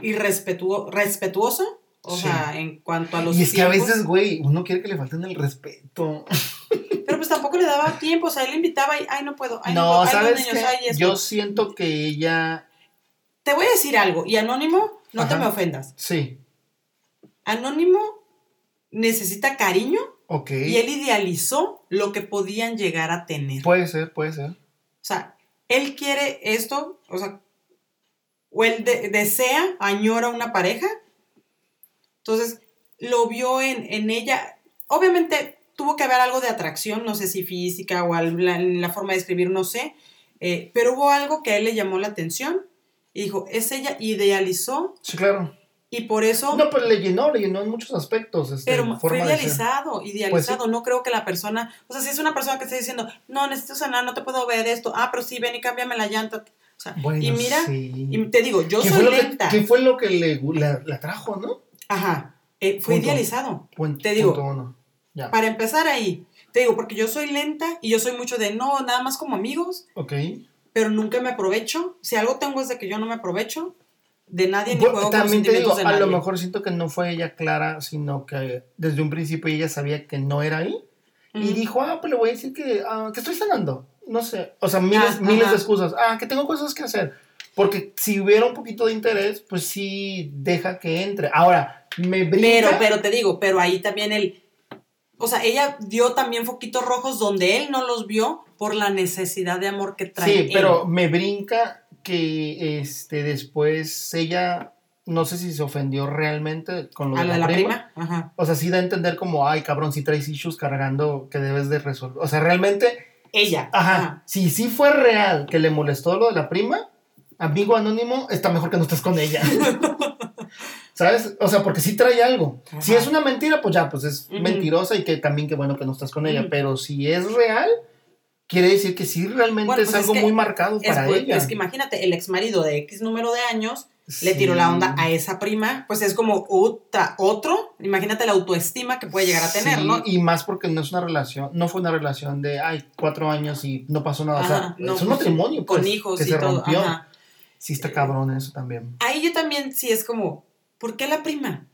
Speaker 3: irrespetuo- respetuoso. O
Speaker 2: Sí.
Speaker 3: sea, en cuanto a los
Speaker 2: Y es que a
Speaker 3: tiempos.
Speaker 2: veces, güey, uno quiere que le falten el respeto.
Speaker 3: Pero pues tampoco le daba tiempo, o sea, él le invitaba y, ay, no puedo, ay, no,
Speaker 2: *laughs* no,
Speaker 3: puedo, ay, los
Speaker 2: ¿sabes
Speaker 3: niños,
Speaker 2: qué?
Speaker 3: ay, esto".
Speaker 2: Yo siento que ella.
Speaker 3: Te voy a decir algo, y Anónimo, no te
Speaker 2: Ajá.
Speaker 3: me ofendas.
Speaker 2: Sí,
Speaker 3: Anónimo necesita cariño
Speaker 2: ok.
Speaker 3: y él idealizó lo que podían llegar a tener. O
Speaker 2: Puede ser, puede ser.
Speaker 3: sea, él quiere esto, o sea, o él de- desea, añora una pareja. Entonces, lo vio en, en ella. Obviamente tuvo que haber algo de atracción, no sé si física o al- la, en la forma de escribir, no sé. eh, pero hubo algo que a él le llamó la atención y dijo, es ella, idealizó
Speaker 2: Sí, claro.
Speaker 3: y por eso...
Speaker 2: No, pues le llenó, le llenó en muchos aspectos. Este,
Speaker 3: Pero fue
Speaker 2: forma de ser. Pues
Speaker 3: idealizado, idealizado. No creo que la persona, o sea, si es una persona que está diciendo, no, necesito sanar, no te puedo ver esto, ah, pero sí, ven y cámbiame la llanta. O sea,
Speaker 2: Bueno,
Speaker 3: y mira,
Speaker 2: sí.
Speaker 3: y te digo, yo
Speaker 2: ¿Qué
Speaker 3: soy
Speaker 2: fue, lo que,
Speaker 3: lenta.
Speaker 2: qué fue lo que le, la, la trajo, no?
Speaker 3: Ajá, eh, fue
Speaker 2: Punto.
Speaker 3: idealizado.
Speaker 2: Puen-
Speaker 3: Te digo.
Speaker 2: punto uno. Ya.
Speaker 3: Para empezar ahí, Te digo, porque yo soy lenta y yo soy mucho de no, nada más como amigos,
Speaker 2: Ok.
Speaker 3: pero nunca me aprovecho. Si algo tengo es de que yo no me aprovecho de nadie ni
Speaker 2: Yo
Speaker 3: juego con los
Speaker 2: también te digo,
Speaker 3: sentimientos de
Speaker 2: a lo
Speaker 3: nadie.
Speaker 2: mejor siento que no fue ella clara, sino que desde un principio ella sabía que no era ahí. Y
Speaker 3: Ujú.
Speaker 2: dijo, ah, pues le voy a decir que, ah, que estoy cenando. No sé. O sea, miles,
Speaker 3: Ah,
Speaker 2: miles
Speaker 3: ajá.
Speaker 2: de excusas. Ah, que tengo cosas que hacer. Porque si hubiera un poquito de interés, pues sí deja que entre. Ahora, me brinca.
Speaker 3: Pero, pero te digo, pero ahí también él. O sea, ella dio también foquitos rojos donde él no los vio por la necesidad de amor que trae.
Speaker 2: sí,
Speaker 3: él.
Speaker 2: pero me brinca que este, después ella, no sé si se ofendió realmente con lo
Speaker 3: A
Speaker 2: de
Speaker 3: la,
Speaker 2: la,
Speaker 3: de la
Speaker 2: prima.
Speaker 3: prima. Ajá.
Speaker 2: O sea, sí da a entender como, ay, cabrón, si traes issues cargando que debes de resolver. O sea, realmente
Speaker 3: Ella.
Speaker 2: Ajá. Si sí fue real que le molestó lo de la prima, amigo anónimo, está mejor que no estés
Speaker 3: *laughs*
Speaker 2: con ella. ¿Sabes? O sea, porque sí trae algo.
Speaker 3: Ajá.
Speaker 2: Si es una mentira, pues ya, pues es
Speaker 3: Ujú.
Speaker 2: mentirosa y que también qué bueno que no estás con ella.
Speaker 3: Ujú.
Speaker 2: Pero si es real, quiere decir que sí realmente
Speaker 3: Bueno,
Speaker 2: es
Speaker 3: pues es
Speaker 2: algo
Speaker 3: que
Speaker 2: muy marcado
Speaker 3: Es,
Speaker 2: para
Speaker 3: pues,
Speaker 2: ella.
Speaker 3: es que imagínate, el ex marido de X número de años le tiró la onda a esa prima, pues es como otra, otro, imagínate la autoestima que puede llegar a tener, ¿no?
Speaker 2: Y más porque no es una relación, no fue una relación de, ay, cuatro años y no pasó nada. o sea,
Speaker 3: Ajá, no,
Speaker 2: es un
Speaker 3: pues,
Speaker 2: matrimonio.
Speaker 3: Con
Speaker 2: pues,
Speaker 3: hijos
Speaker 2: que
Speaker 3: y
Speaker 2: se
Speaker 3: todo.
Speaker 2: rompió.
Speaker 3: Ajá.
Speaker 2: Sí está cabrón eso también.
Speaker 3: Ahí yo también sí es como, ¿por qué la prima?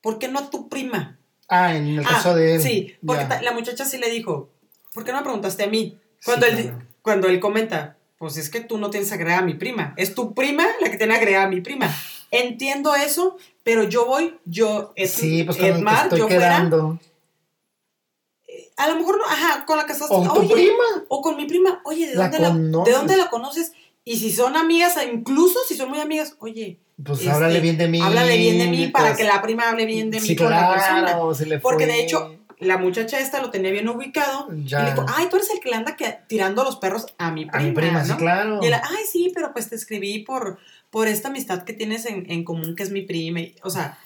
Speaker 3: ¿Por qué no a tu prima?
Speaker 2: Ah, en el
Speaker 3: Ah,
Speaker 2: caso de él.
Speaker 3: Sí, porque
Speaker 2: ya.
Speaker 3: ta- la muchacha sí le dijo, ¿por qué no me preguntaste a mí? Cuando,
Speaker 2: Sí,
Speaker 3: él,
Speaker 2: claro.
Speaker 3: cuando él comenta, pues es que tú no tienes agregada a mi prima, es tu prima la que tiene agregada a mi prima. Entiendo eso, pero yo voy, yo, Ed-
Speaker 2: Sí, pues con el que
Speaker 3: Edmar,
Speaker 2: estoy
Speaker 3: yo fuera, pues,
Speaker 2: quedando.
Speaker 3: a lo mejor, no, ajá, con la que estás,
Speaker 2: O tu
Speaker 3: oye,
Speaker 2: prima.
Speaker 3: o con mi prima, oye, ¿de
Speaker 2: La
Speaker 3: dónde, la, ¿de
Speaker 2: conoces.
Speaker 3: dónde la conoces? Y si son amigas, e incluso si son muy amigas, oye,
Speaker 2: Pues
Speaker 3: Este,
Speaker 2: háblale bien de mí.
Speaker 3: háblale bien de mí para
Speaker 2: pues,
Speaker 3: que la prima hable bien de mí
Speaker 2: Sí,
Speaker 3: con la persona.
Speaker 2: claro, se le
Speaker 3: Porque,
Speaker 2: fue.
Speaker 3: de hecho, la muchacha esta lo tenía bien ubicado.
Speaker 2: Ya.
Speaker 3: Y le dijo, ay, tú eres el que le anda que- tirando los perros a mi prima.
Speaker 2: a mi prima, sí,
Speaker 3: ¿no?
Speaker 2: claro.
Speaker 3: Y él, ay, sí, pero pues te escribí por, por esta amistad que tienes en, en común, que es mi prima. Y, O sea,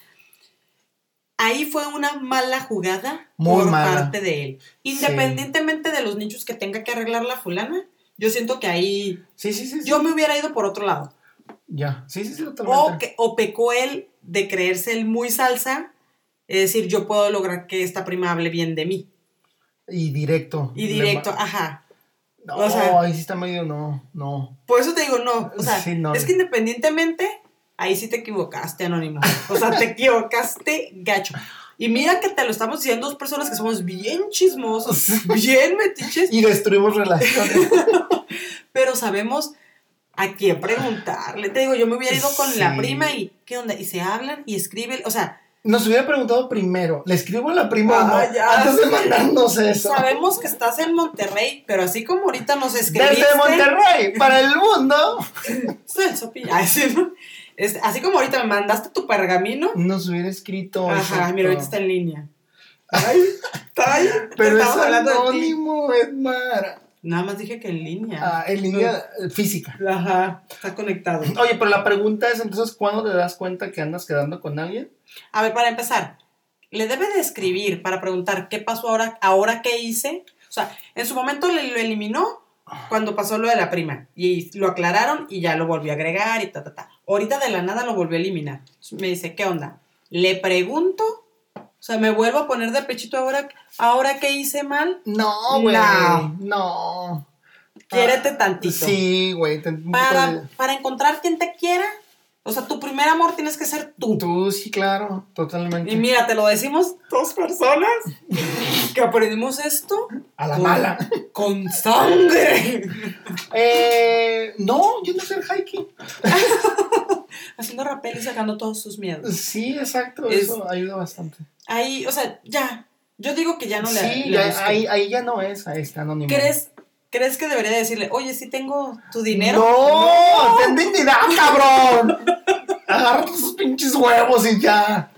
Speaker 3: ahí fue una mala jugada
Speaker 2: Muy
Speaker 3: por
Speaker 2: mala.
Speaker 3: parte de él. Independientemente de los nichos que tenga que arreglar la fulana, yo siento que ahí
Speaker 2: Sí, sí, sí. sí.
Speaker 3: yo me hubiera ido por otro lado.
Speaker 2: Ya. Sí, sí, sí, totalmente.
Speaker 3: O, que- o pecó él de creerse el muy salsa, es decir, yo puedo lograr que esta prima hable bien de mí.
Speaker 2: Y directo.
Speaker 3: Y
Speaker 2: Le
Speaker 3: directo,
Speaker 2: ma-
Speaker 3: ajá.
Speaker 2: No,
Speaker 3: o sea-
Speaker 2: ahí sí está medio, no, no.
Speaker 3: Por eso te digo, no. O sea,
Speaker 2: Sí, no.
Speaker 3: es que independientemente, ahí sí te equivocaste, Anónimo. O sea, te equivocaste, gacho. Y mira que te lo estamos diciendo dos personas que somos bien chismosos, bien metiches,
Speaker 2: Y destruimos relaciones.
Speaker 3: pero sabemos a quién preguntarle. Te digo, yo me hubiera ido con la
Speaker 2: Sí.
Speaker 3: prima y, ¿qué onda? Y se hablan y escriben. O sea,
Speaker 2: *laughs* Nos hubiera preguntado primero, ¿le escribo a la prima o no?
Speaker 3: Ah, ya
Speaker 2: Antes de
Speaker 3: sé.
Speaker 2: mandarnos eso.
Speaker 3: sabemos que estás en Monterrey, pero así como ahorita nos escribiste.
Speaker 2: Desde Monterrey, para el mundo.
Speaker 3: Celso Pi- Ay, sí, ¿no? *laughs* Es- Así como ahorita me mandaste tu pergamino.
Speaker 2: Nos hubiera escrito.
Speaker 3: Ajá,
Speaker 2: exacto.
Speaker 3: mira, ahorita está en línea. Ay, está ahí.
Speaker 2: Pero es
Speaker 3: Estamos hablando de ti.
Speaker 2: anónimo, Edmar.
Speaker 3: Nada más dije que en línea.
Speaker 2: Ah, en línea eh, física.
Speaker 3: Ajá, está conectado.
Speaker 2: Oye, pero la pregunta es entonces, ¿cuándo te das cuenta que andas quedando con alguien?
Speaker 3: A ver, para empezar, le debe de escribir para preguntar qué pasó ahora, ahora qué hice. O sea, en su momento le, lo eliminó cuando pasó lo de la prima y lo aclararon y ya lo volvió a agregar y ta, ta, ta. Ahorita de la nada lo volvió a eliminar. Me dice, ¿qué onda? Le pregunto, o sea, me vuelvo a poner de pechito ahora, ahora que hice mal,
Speaker 2: No, güey.
Speaker 3: No.
Speaker 2: No.
Speaker 3: quiérete
Speaker 2: Ah,
Speaker 3: tantito.
Speaker 2: Sí, güey. te-
Speaker 3: Para, para encontrar quien te quiera, o sea, tu primer amor tienes que ser tú.
Speaker 2: Tú sí, claro, totalmente.
Speaker 3: Y mira, te lo decimos dos personas que aprendimos esto
Speaker 2: A la
Speaker 3: con- *laughs*
Speaker 2: mala.
Speaker 3: con sangre.
Speaker 2: Eh, no, yo no sé el hiking.
Speaker 3: Haciendo rapel y sacando todos sus miedos.
Speaker 2: Sí, exacto,
Speaker 3: Es-
Speaker 2: eso ayuda bastante.
Speaker 3: Ahí, o sea, ya. Yo digo que ya no le,
Speaker 2: sí,
Speaker 3: le
Speaker 2: ya-
Speaker 3: busco.
Speaker 2: ahí, ahí ya no es, ahí está anónimo.
Speaker 3: ¿Crees, ¿Crees que debería decirle, oye, sí tengo tu dinero?
Speaker 2: No, ten dignidad, cabrón. Agarra tus pinches huevos y ya.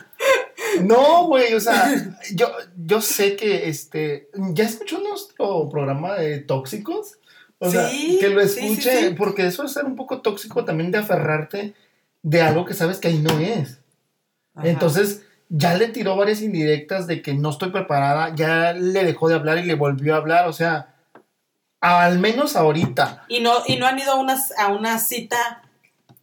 Speaker 2: No, güey, o sea, yo, yo sé que este. ¿Ya escuchó nuestro programa de tóxicos? O sea,
Speaker 3: Sí,
Speaker 2: que lo
Speaker 3: sí, sí,
Speaker 2: escuche,
Speaker 3: sí.
Speaker 2: porque eso es ser un poco tóxico también de aferrarte de algo que sabes que ahí no es.
Speaker 3: Ajá.
Speaker 2: Entonces, ya le tiró varias indirectas de que no estoy preparada, ya le dejó de hablar y le volvió a hablar, o sea, al menos ahorita.
Speaker 3: Y no, y no han ido a una, a una cita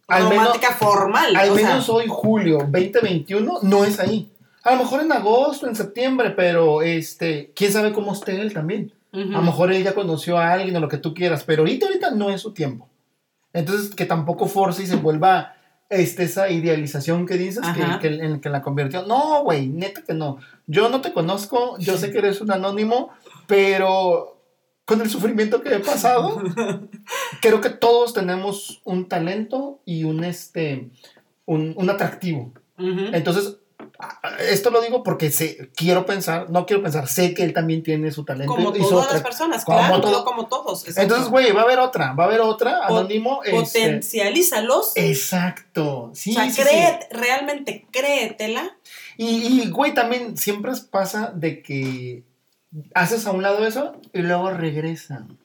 Speaker 2: Al menos-
Speaker 3: romántica formal.
Speaker 2: Al
Speaker 3: o sea,
Speaker 2: menos hoy, julio 2021, no es ahí. A lo mejor en agosto, en septiembre, pero este, quién sabe cómo esté él también.
Speaker 3: Ujú.
Speaker 2: A lo mejor él ya conoció a alguien o lo que tú quieras, pero ahorita, ahorita no es su tiempo. Entonces, que tampoco force y se vuelva este, esa idealización que dices
Speaker 3: Ajá.
Speaker 2: que, que, en que la convirtió. No, güey, neta que no. Yo no te conozco, yo sé que eres un anónimo, pero con el sufrimiento que
Speaker 3: *laughs*
Speaker 2: he pasado, creo que todos tenemos un talento y un, este, un, un atractivo.
Speaker 3: Ujú.
Speaker 2: Entonces, a- a- esto lo digo porque sé, quiero pensar, no quiero pensar, sé que él también tiene su talento
Speaker 3: Como
Speaker 2: y su
Speaker 3: todas las
Speaker 2: atrac-
Speaker 3: personas,
Speaker 2: como
Speaker 3: claro,
Speaker 2: todo-
Speaker 3: todo como todos. exacto.
Speaker 2: entonces, güey, va a haber otra, va a haber otra,
Speaker 3: Pot-
Speaker 2: anónimo. este,
Speaker 3: potencialízalos.
Speaker 2: exacto. Sí,
Speaker 3: o sea,
Speaker 2: sí, sí.
Speaker 3: cree- realmente créetela.
Speaker 2: Y, y, güey, también siempre pasa de que haces a un lado eso y luego regresan.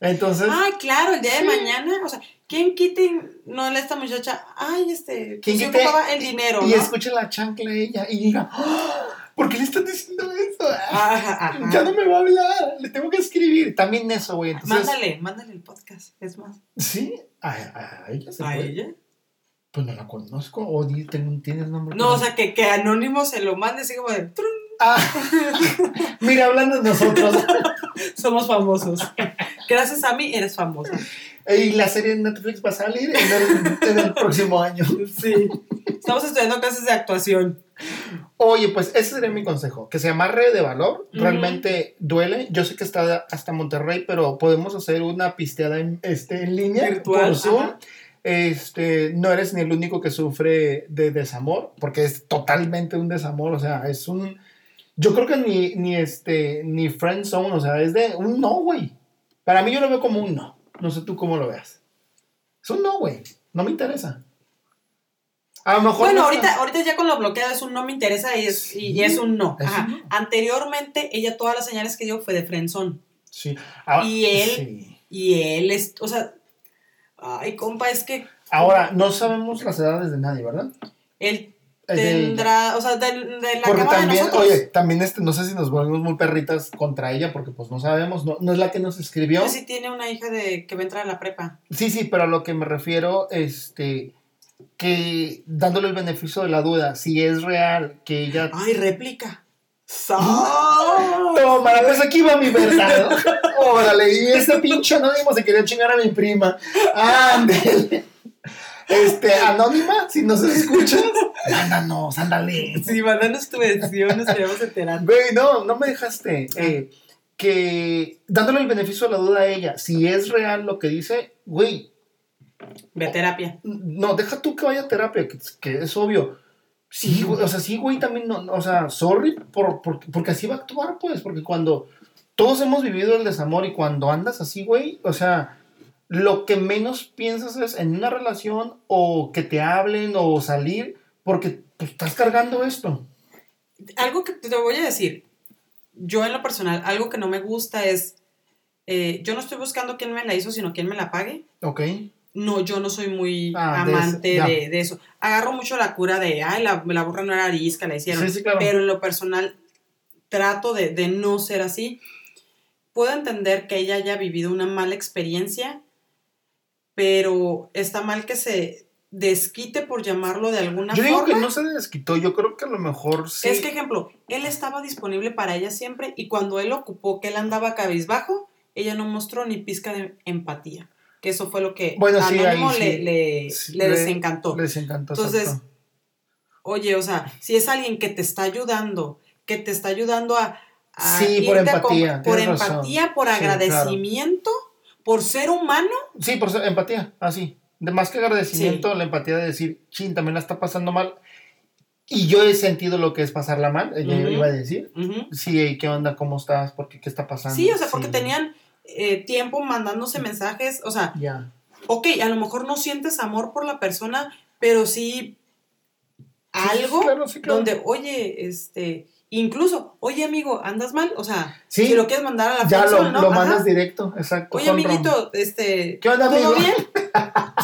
Speaker 2: Entonces,
Speaker 3: Ay, claro, el día
Speaker 2: Sí.
Speaker 3: de mañana, o sea, ¿quién quite no le esta muchacha? Ay, este,
Speaker 2: ¿quién
Speaker 3: pues yo
Speaker 2: quita-
Speaker 3: ocupaba el dinero,
Speaker 2: y pues,
Speaker 3: ¿no?
Speaker 2: escucha la chancla de ella y diga, "Ah, ¿por qué le están diciendo eso? Ah,
Speaker 3: Ajá, ajá.
Speaker 2: Ya no me va a hablar, le tengo que escribir. También eso, güey. Entonces,
Speaker 3: Mándale, mándale el podcast, es más.
Speaker 2: sí, a, a- a ella se
Speaker 3: ¿A
Speaker 2: puede.
Speaker 3: ella?
Speaker 2: Pues no la conozco, o di- tengo- tienes nombre.
Speaker 3: No, o sea, que, que anónimo se lo mande así como de, "Trun,
Speaker 2: Ah, *laughs* mira, hablando de nosotros.
Speaker 3: *laughs* somos
Speaker 2: *laughs*
Speaker 3: famosos. Gracias a mí eres famosa.
Speaker 2: Y la serie de Netflix va a salir en el, en el próximo año.
Speaker 3: Sí. Estamos estudiando clases de actuación.
Speaker 2: Oye, pues ese sería mi consejo, que se amarre de valor,
Speaker 3: Ujú.
Speaker 2: realmente duele. Yo sé que está hasta Monterrey, pero podemos hacer una pisteada en, este, en línea
Speaker 3: Virtual,
Speaker 2: por Zoom.
Speaker 3: ajá.
Speaker 2: Este, no eres ni el único que sufre de desamor, porque es totalmente un desamor, o sea, es un... Yo creo que ni, ni este, ni friend zone, o sea, es de un no, güey. Para mí yo lo veo como un no. No sé tú cómo lo veas. Es un no, güey. No me interesa. A lo mejor...
Speaker 3: Bueno,
Speaker 2: no está-
Speaker 3: ahorita, ahorita ya con lo bloqueado es un no me interesa y es, y- y es un no.
Speaker 2: Es un
Speaker 3: Ajá.
Speaker 2: no.
Speaker 3: Anteriormente, ella todas las señales que dio fue de frenzón.
Speaker 2: Sí. Ah,
Speaker 3: Y él-
Speaker 2: sí.
Speaker 3: Y él es, o sea, ay, compa, es que
Speaker 2: Ahora, no sabemos las edades de nadie, ¿verdad?
Speaker 3: él
Speaker 2: Es de-
Speaker 3: tendrá, o sea, de, de la
Speaker 2: porque
Speaker 3: cama de
Speaker 2: también,
Speaker 3: nosotros. pues
Speaker 2: oye, también este, no sé si nos volvemos muy perritas contra ella, porque pues no sabemos, no, no es la que nos escribió.
Speaker 3: Pues sí tiene una hija de que va a entrar a la prepa.
Speaker 2: Sí, sí, pero a lo que me refiero, este, que dándole el beneficio de la duda, si es real que ella...
Speaker 3: Ay, réplica.
Speaker 2: *laughs* Toma, pues aquí va mi verdad. *laughs* Órale, y ese pinche anónimo se quería chingar a mi prima. Ándale. Este, anónima, si nos escuchas, mándanos, ándale.
Speaker 3: Sí, mandanos tu mención, nos queremos enterar.
Speaker 2: Güey, no, no me dejaste. Eh, que dándole el beneficio de la duda a ella, si es real lo que dice, güey,
Speaker 3: Ve a terapia.
Speaker 2: no, deja tú que vaya a terapia, que, que es obvio. Sí, güey, o sea, sí, güey, también, no, no, o sea, sorry, por, por- porque así va a actuar, pues, porque cuando todos hemos vivido el desamor y cuando andas así, güey, o sea, lo que menos piensas es en una relación o que te hablen o salir, porque pues, estás cargando esto.
Speaker 3: Algo que te voy a decir, yo en lo personal, algo que no me gusta es, eh, yo no estoy buscando quién me la hizo, sino quién me la pague.
Speaker 2: Ok.
Speaker 3: No, yo no soy muy
Speaker 2: Ah, de eso,
Speaker 3: amante de,
Speaker 2: ya.
Speaker 3: de eso. Agarro mucho la cura de, ay, la, la burra no era arisca, la hicieron.
Speaker 2: Sí, sí, claro.
Speaker 3: Pero en lo personal trato de, de no ser así. Puedo entender que ella haya vivido una mala experiencia, pero está mal que se desquite por llamarlo de alguna
Speaker 2: Yo
Speaker 3: forma.
Speaker 2: digo que no se desquitó, yo creo que a lo mejor sí.
Speaker 3: Es que, ejemplo, él estaba disponible para ella siempre y cuando él ocupó que él andaba cabizbajo, ella no mostró ni pizca de empatía. Que eso fue lo que
Speaker 2: Bueno,
Speaker 3: a
Speaker 2: sí,
Speaker 3: Anónimo
Speaker 2: ahí
Speaker 3: le,
Speaker 2: sí.
Speaker 3: le-
Speaker 2: Sí,
Speaker 3: le
Speaker 2: le-
Speaker 3: desencantó.
Speaker 2: les encantó.
Speaker 3: Entonces,
Speaker 2: exacto.
Speaker 3: Oye, o sea, si es alguien que te está ayudando, que te está ayudando a. a
Speaker 2: Sí, por
Speaker 3: irte a
Speaker 2: empatía,
Speaker 3: comp- por
Speaker 2: tienes
Speaker 3: empatía, por
Speaker 2: Sí, claro.
Speaker 3: agradecimiento, por ser humano.
Speaker 2: Sí, por ser- empatía, así. De más que agradecimiento, la empatía de decir, chin, también la está pasando mal. Y yo he sentido lo que es pasarla mal, eh, yo
Speaker 3: Ujú.
Speaker 2: iba a decir.
Speaker 3: Ujú.
Speaker 2: Sí, ¿y ¿qué onda? ¿Cómo estás? ¿Por qué? ¿Qué está pasando?
Speaker 3: Sí, o sea, porque tenían eh, tiempo mandándose mensajes. O sea,
Speaker 2: Ya.
Speaker 3: ok, a lo mejor no sientes amor por la persona, pero sí
Speaker 2: Sí, sí,
Speaker 3: algo
Speaker 2: claro, sí, claro.
Speaker 3: donde, oye, este, incluso, oye amigo, ¿andas mal? O sea,
Speaker 2: Sí.
Speaker 3: si lo quieres mandar a la
Speaker 2: Ya
Speaker 3: friendzone,
Speaker 2: lo,
Speaker 3: ¿no?
Speaker 2: lo
Speaker 3: Ajá.
Speaker 2: mandas directo, exacto.
Speaker 3: Oye,
Speaker 2: home run.
Speaker 3: amiguito, este,
Speaker 2: ¿Qué onda,
Speaker 3: ¿todo
Speaker 2: amigo?
Speaker 3: bien?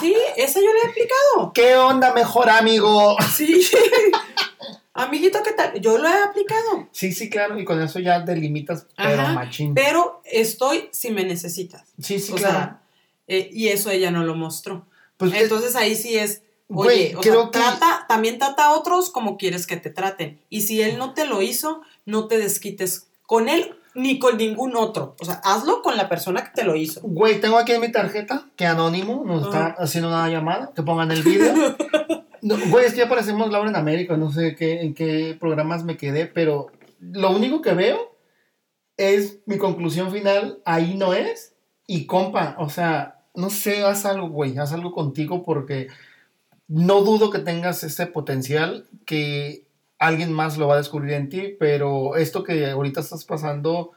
Speaker 3: Sí, esa yo la he aplicado.
Speaker 2: ¿Qué onda, mejor amigo?
Speaker 3: Sí. *laughs* Amiguito, ¿qué tal? Yo lo he aplicado,
Speaker 2: Sí, sí, claro, y con eso ya delimitas, pero
Speaker 3: Ajá,
Speaker 2: machín.
Speaker 3: pero estoy si me necesitas.
Speaker 2: Sí, sí,
Speaker 3: o
Speaker 2: claro.
Speaker 3: sea, eh, y eso ella no lo mostró.
Speaker 2: pues, eh,
Speaker 3: Entonces ahí sí es,
Speaker 2: Güey,
Speaker 3: Oye, o
Speaker 2: creo
Speaker 3: sea,
Speaker 2: que-
Speaker 3: trata, también trata a otros como quieres que te traten. Y si él no te lo hizo, no te desquites con él ni con ningún otro. O sea, hazlo con la persona que te lo hizo.
Speaker 2: Güey, tengo aquí en mi tarjeta que Anónimo nos está haciendo una llamada. Que pongan el video. No, güey, es que ya parecemos Laura en América. No sé qué, en qué programas me quedé, pero lo único que veo es mi conclusión final. Ahí no es. Y compa, o sea, no sé, haz algo, güey. Haz algo contigo porque no dudo que tengas ese potencial que alguien más lo va a descubrir en ti, pero esto que ahorita estás pasando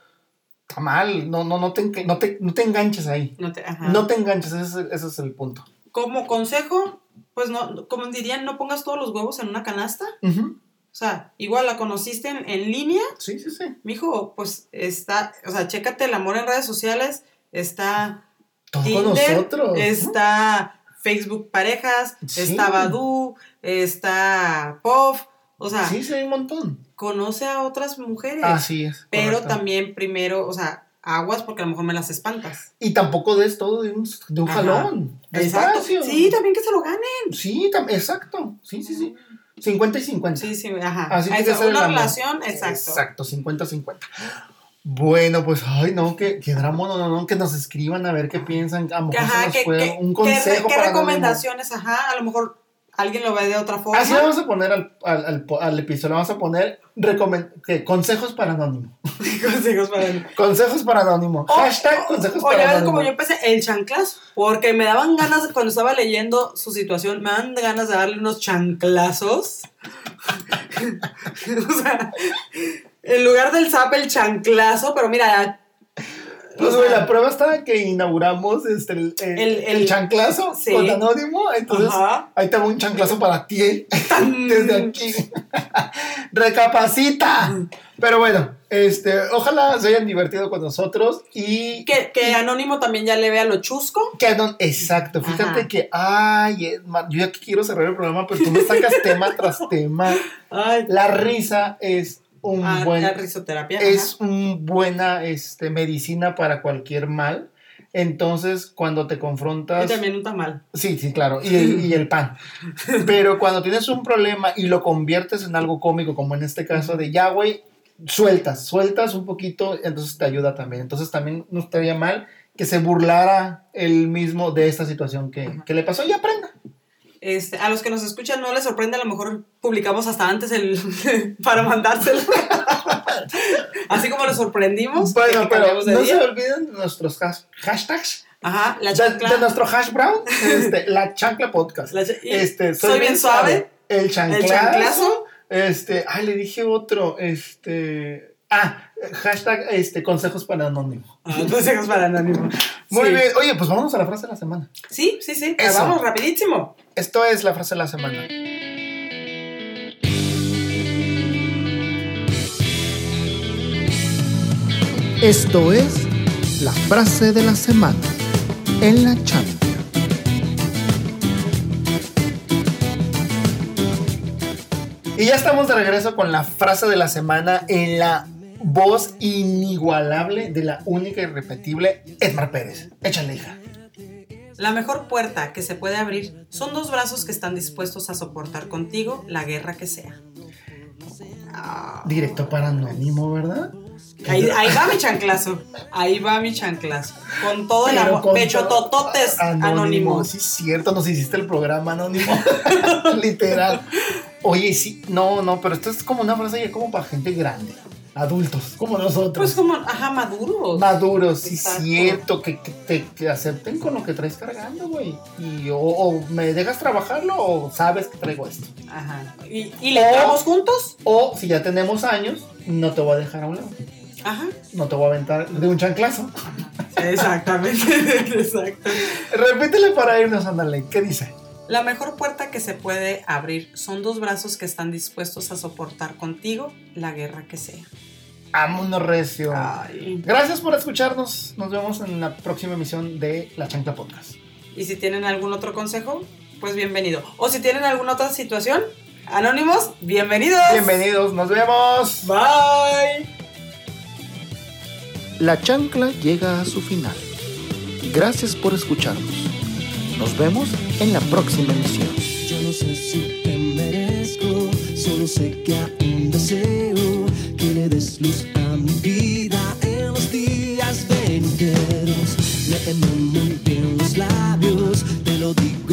Speaker 2: está mal. No, no, no, te, enca- no, te, no te enganches ahí.
Speaker 3: No te, ajá.
Speaker 2: No te enganches, ese es, el- ese es el punto.
Speaker 3: Como consejo, pues no, como dirían, no pongas todos los huevos en una canasta.
Speaker 2: Ujú.
Speaker 3: O sea, igual la conociste en, en línea,
Speaker 2: Sí, sí, sí.
Speaker 3: mijo, pues está, o sea, chécate el amor en redes sociales, está
Speaker 2: Todo
Speaker 3: Tinder,
Speaker 2: con nosotros.
Speaker 3: está Facebook Parejas,
Speaker 2: Sí.
Speaker 3: está Badu, está Pop, o sea,
Speaker 2: Sí, sí, hay un montón.
Speaker 3: conoce a otras mujeres,
Speaker 2: Así es.
Speaker 3: pero
Speaker 2: Ah, correcto.
Speaker 3: también primero, o sea, aguas porque a lo mejor me las espantas.
Speaker 2: Y tampoco des todo de un, de un
Speaker 3: Ajá.
Speaker 2: jalón.
Speaker 3: Exacto.
Speaker 2: Despacio.
Speaker 3: Sí, también que se lo gane.
Speaker 2: Sí, tam- exacto. Sí, sí, sí. 50 y 50.
Speaker 3: Sí, sí, ajá.
Speaker 2: Así tiene
Speaker 3: Eso,
Speaker 2: que ser el
Speaker 3: una
Speaker 2: amor.
Speaker 3: relación, exacto.
Speaker 2: Exacto, 50-50. Bueno, pues, ay, no, que, que drama, no, no, no, que nos escriban a ver qué piensan. A lo
Speaker 3: Que,
Speaker 2: mejor se
Speaker 3: ajá,
Speaker 2: nos
Speaker 3: que,
Speaker 2: puede
Speaker 3: que-
Speaker 2: un
Speaker 3: que re-
Speaker 2: consejo.
Speaker 3: ¿Qué
Speaker 2: para
Speaker 3: recomendaciones? Ajá, a lo mejor alguien lo ve de otra
Speaker 2: Anónimo.
Speaker 3: forma.
Speaker 2: Así vamos a poner al, al, al po- al episodio, vamos a poner recomen- que consejos para anónimo.
Speaker 3: *laughs* consejos para él.
Speaker 2: Consejos para anónimo.
Speaker 3: O-
Speaker 2: Hashtag consejos
Speaker 3: Oh, Oye,
Speaker 2: para
Speaker 3: a ver, como
Speaker 2: anónimo.
Speaker 3: yo empecé el chanclazo, porque me daban ganas, cuando estaba leyendo su situación, me daban ganas de darle unos chanclazos. *laughs* o sea, en lugar del zap, el chanclazo, pero mira,
Speaker 2: Pues,
Speaker 3: o
Speaker 2: güey,
Speaker 3: sea,
Speaker 2: la prueba está que inauguramos este, el, el,
Speaker 3: El- el-
Speaker 2: el chanclazo
Speaker 3: Sí.
Speaker 2: con Anónimo. Entonces,
Speaker 3: Ajá. Mm.
Speaker 2: ahí te va un chanclazo para *laughs* ti
Speaker 3: tan-
Speaker 2: desde aquí. *laughs* Recapacita.
Speaker 3: Mm.
Speaker 2: Pero bueno, este, ojalá se hayan divertido con nosotros y
Speaker 3: Que, que Anónimo también ya le vea lo chusco.
Speaker 2: que no- exacto, fíjate
Speaker 3: Ajá.
Speaker 2: que, ay, es ma- yo ya que quiero cerrar el programa, pero tú me sacas *laughs* tema tras tema.
Speaker 3: Ay,
Speaker 2: La risa es un
Speaker 3: ah,
Speaker 2: buen
Speaker 3: la risoterapia. ajá.
Speaker 2: es una buena este, medicina para cualquier mal. Entonces, cuando te confrontas.
Speaker 3: Y también un tamal.
Speaker 2: Sí, sí, claro. Y, y el
Speaker 3: *laughs*
Speaker 2: pan. Pero cuando tienes un problema y lo conviertes en algo cómico, como en este caso de ya, güey, sueltas, sueltas un poquito, entonces te ayuda también. Entonces, también no estaría mal que se burlara él mismo de esta situación que, que le pasó y aprenda.
Speaker 3: Este, a los que nos escuchan no les sorprende, a lo mejor publicamos hasta antes el *laughs* para
Speaker 2: *laughs*
Speaker 3: mandárselo. Así como nos sorprendimos. que-
Speaker 2: Bueno,
Speaker 3: que
Speaker 2: pero no
Speaker 3: cambiamos de
Speaker 2: se
Speaker 3: día.
Speaker 2: olviden de nuestros has- hashtags.
Speaker 3: Ajá, la
Speaker 2: de,
Speaker 3: chancla.
Speaker 2: de nuestro hash brown,
Speaker 3: *laughs*
Speaker 2: este, la chancla podcast.
Speaker 3: La cha- y
Speaker 2: este,
Speaker 3: soy bien suave.
Speaker 2: El chanclazo.
Speaker 3: El chanclazo.
Speaker 2: Este, ay, le dije otro, este, ah, hashtag, este, consejos para anónimo.
Speaker 3: Ah, consejos para anónimo.
Speaker 2: Muy
Speaker 3: Sí.
Speaker 2: bien, oye, pues vámonos a la frase de la semana.
Speaker 3: Sí, sí, sí.
Speaker 2: Eso.
Speaker 3: Vamos rapidísimo.
Speaker 2: Esto es la frase de la semana.
Speaker 1: Esto es la frase de la semana en la chancla.
Speaker 2: Y ya estamos de regreso con la frase de la semana en la voz inigualable de la única y repetible Edmar Pérez. Échale, hija.
Speaker 3: La mejor puerta que se puede abrir son dos brazos que están dispuestos a soportar contigo la guerra que sea. Ah.
Speaker 2: Directo para anónimo, ¿verdad?
Speaker 3: Ahí, ahí va mi chanclazo. Ahí va mi chanclazo. Con todo el
Speaker 2: Pero
Speaker 3: amor.
Speaker 2: con
Speaker 3: Pecho
Speaker 2: todo-
Speaker 3: tototes
Speaker 2: a- anónimo.
Speaker 3: anónimos.
Speaker 2: Sí, es cierto, nos hiciste el programa anónimo. *laughs* Literal. Oye, sí, no, no, pero esto es como una frase ya como para gente grande, adultos, como nosotros.
Speaker 3: Pues como, ajá,
Speaker 2: Pues,
Speaker 3: maduros.
Speaker 2: Maduros, sí,
Speaker 3: Exacto.
Speaker 2: cierto, que, que te que acepten con lo que traes cargando, güey. Y o, o me dejas trabajarlo o sabes que traigo esto.
Speaker 3: Ajá. ¿Y, y le entramos juntos?
Speaker 2: O si ya tenemos años, no te voy a dejar a un lado.
Speaker 3: Ajá.
Speaker 2: No te voy a aventar de un chanclazo. *laughs*
Speaker 3: Exactamente. *laughs* Exacto.
Speaker 2: Repítele para irnos, ándale. ¿Qué dice?
Speaker 3: La mejor puerta que se puede abrir son dos brazos que están dispuestos a soportar contigo la guerra que sea.
Speaker 2: Vámonos recio.
Speaker 3: Ay.
Speaker 2: Gracias por escucharnos. Nos vemos en la próxima emisión de La Chancla Podcast.
Speaker 3: Y si tienen algún otro consejo, pues bienvenido. O si tienen alguna otra situación, anónimos, bienvenidos.
Speaker 2: Bienvenidos, nos vemos.
Speaker 3: Bye.
Speaker 1: La chancla llega a su final. Gracias por escucharnos. Nos vemos en la próxima emisión.
Speaker 4: Yo no sé si te merezco, solo sé que hay un deseo que le des luz a mi vida en los días venideros. Léeme muy bien los labios, te lo digo.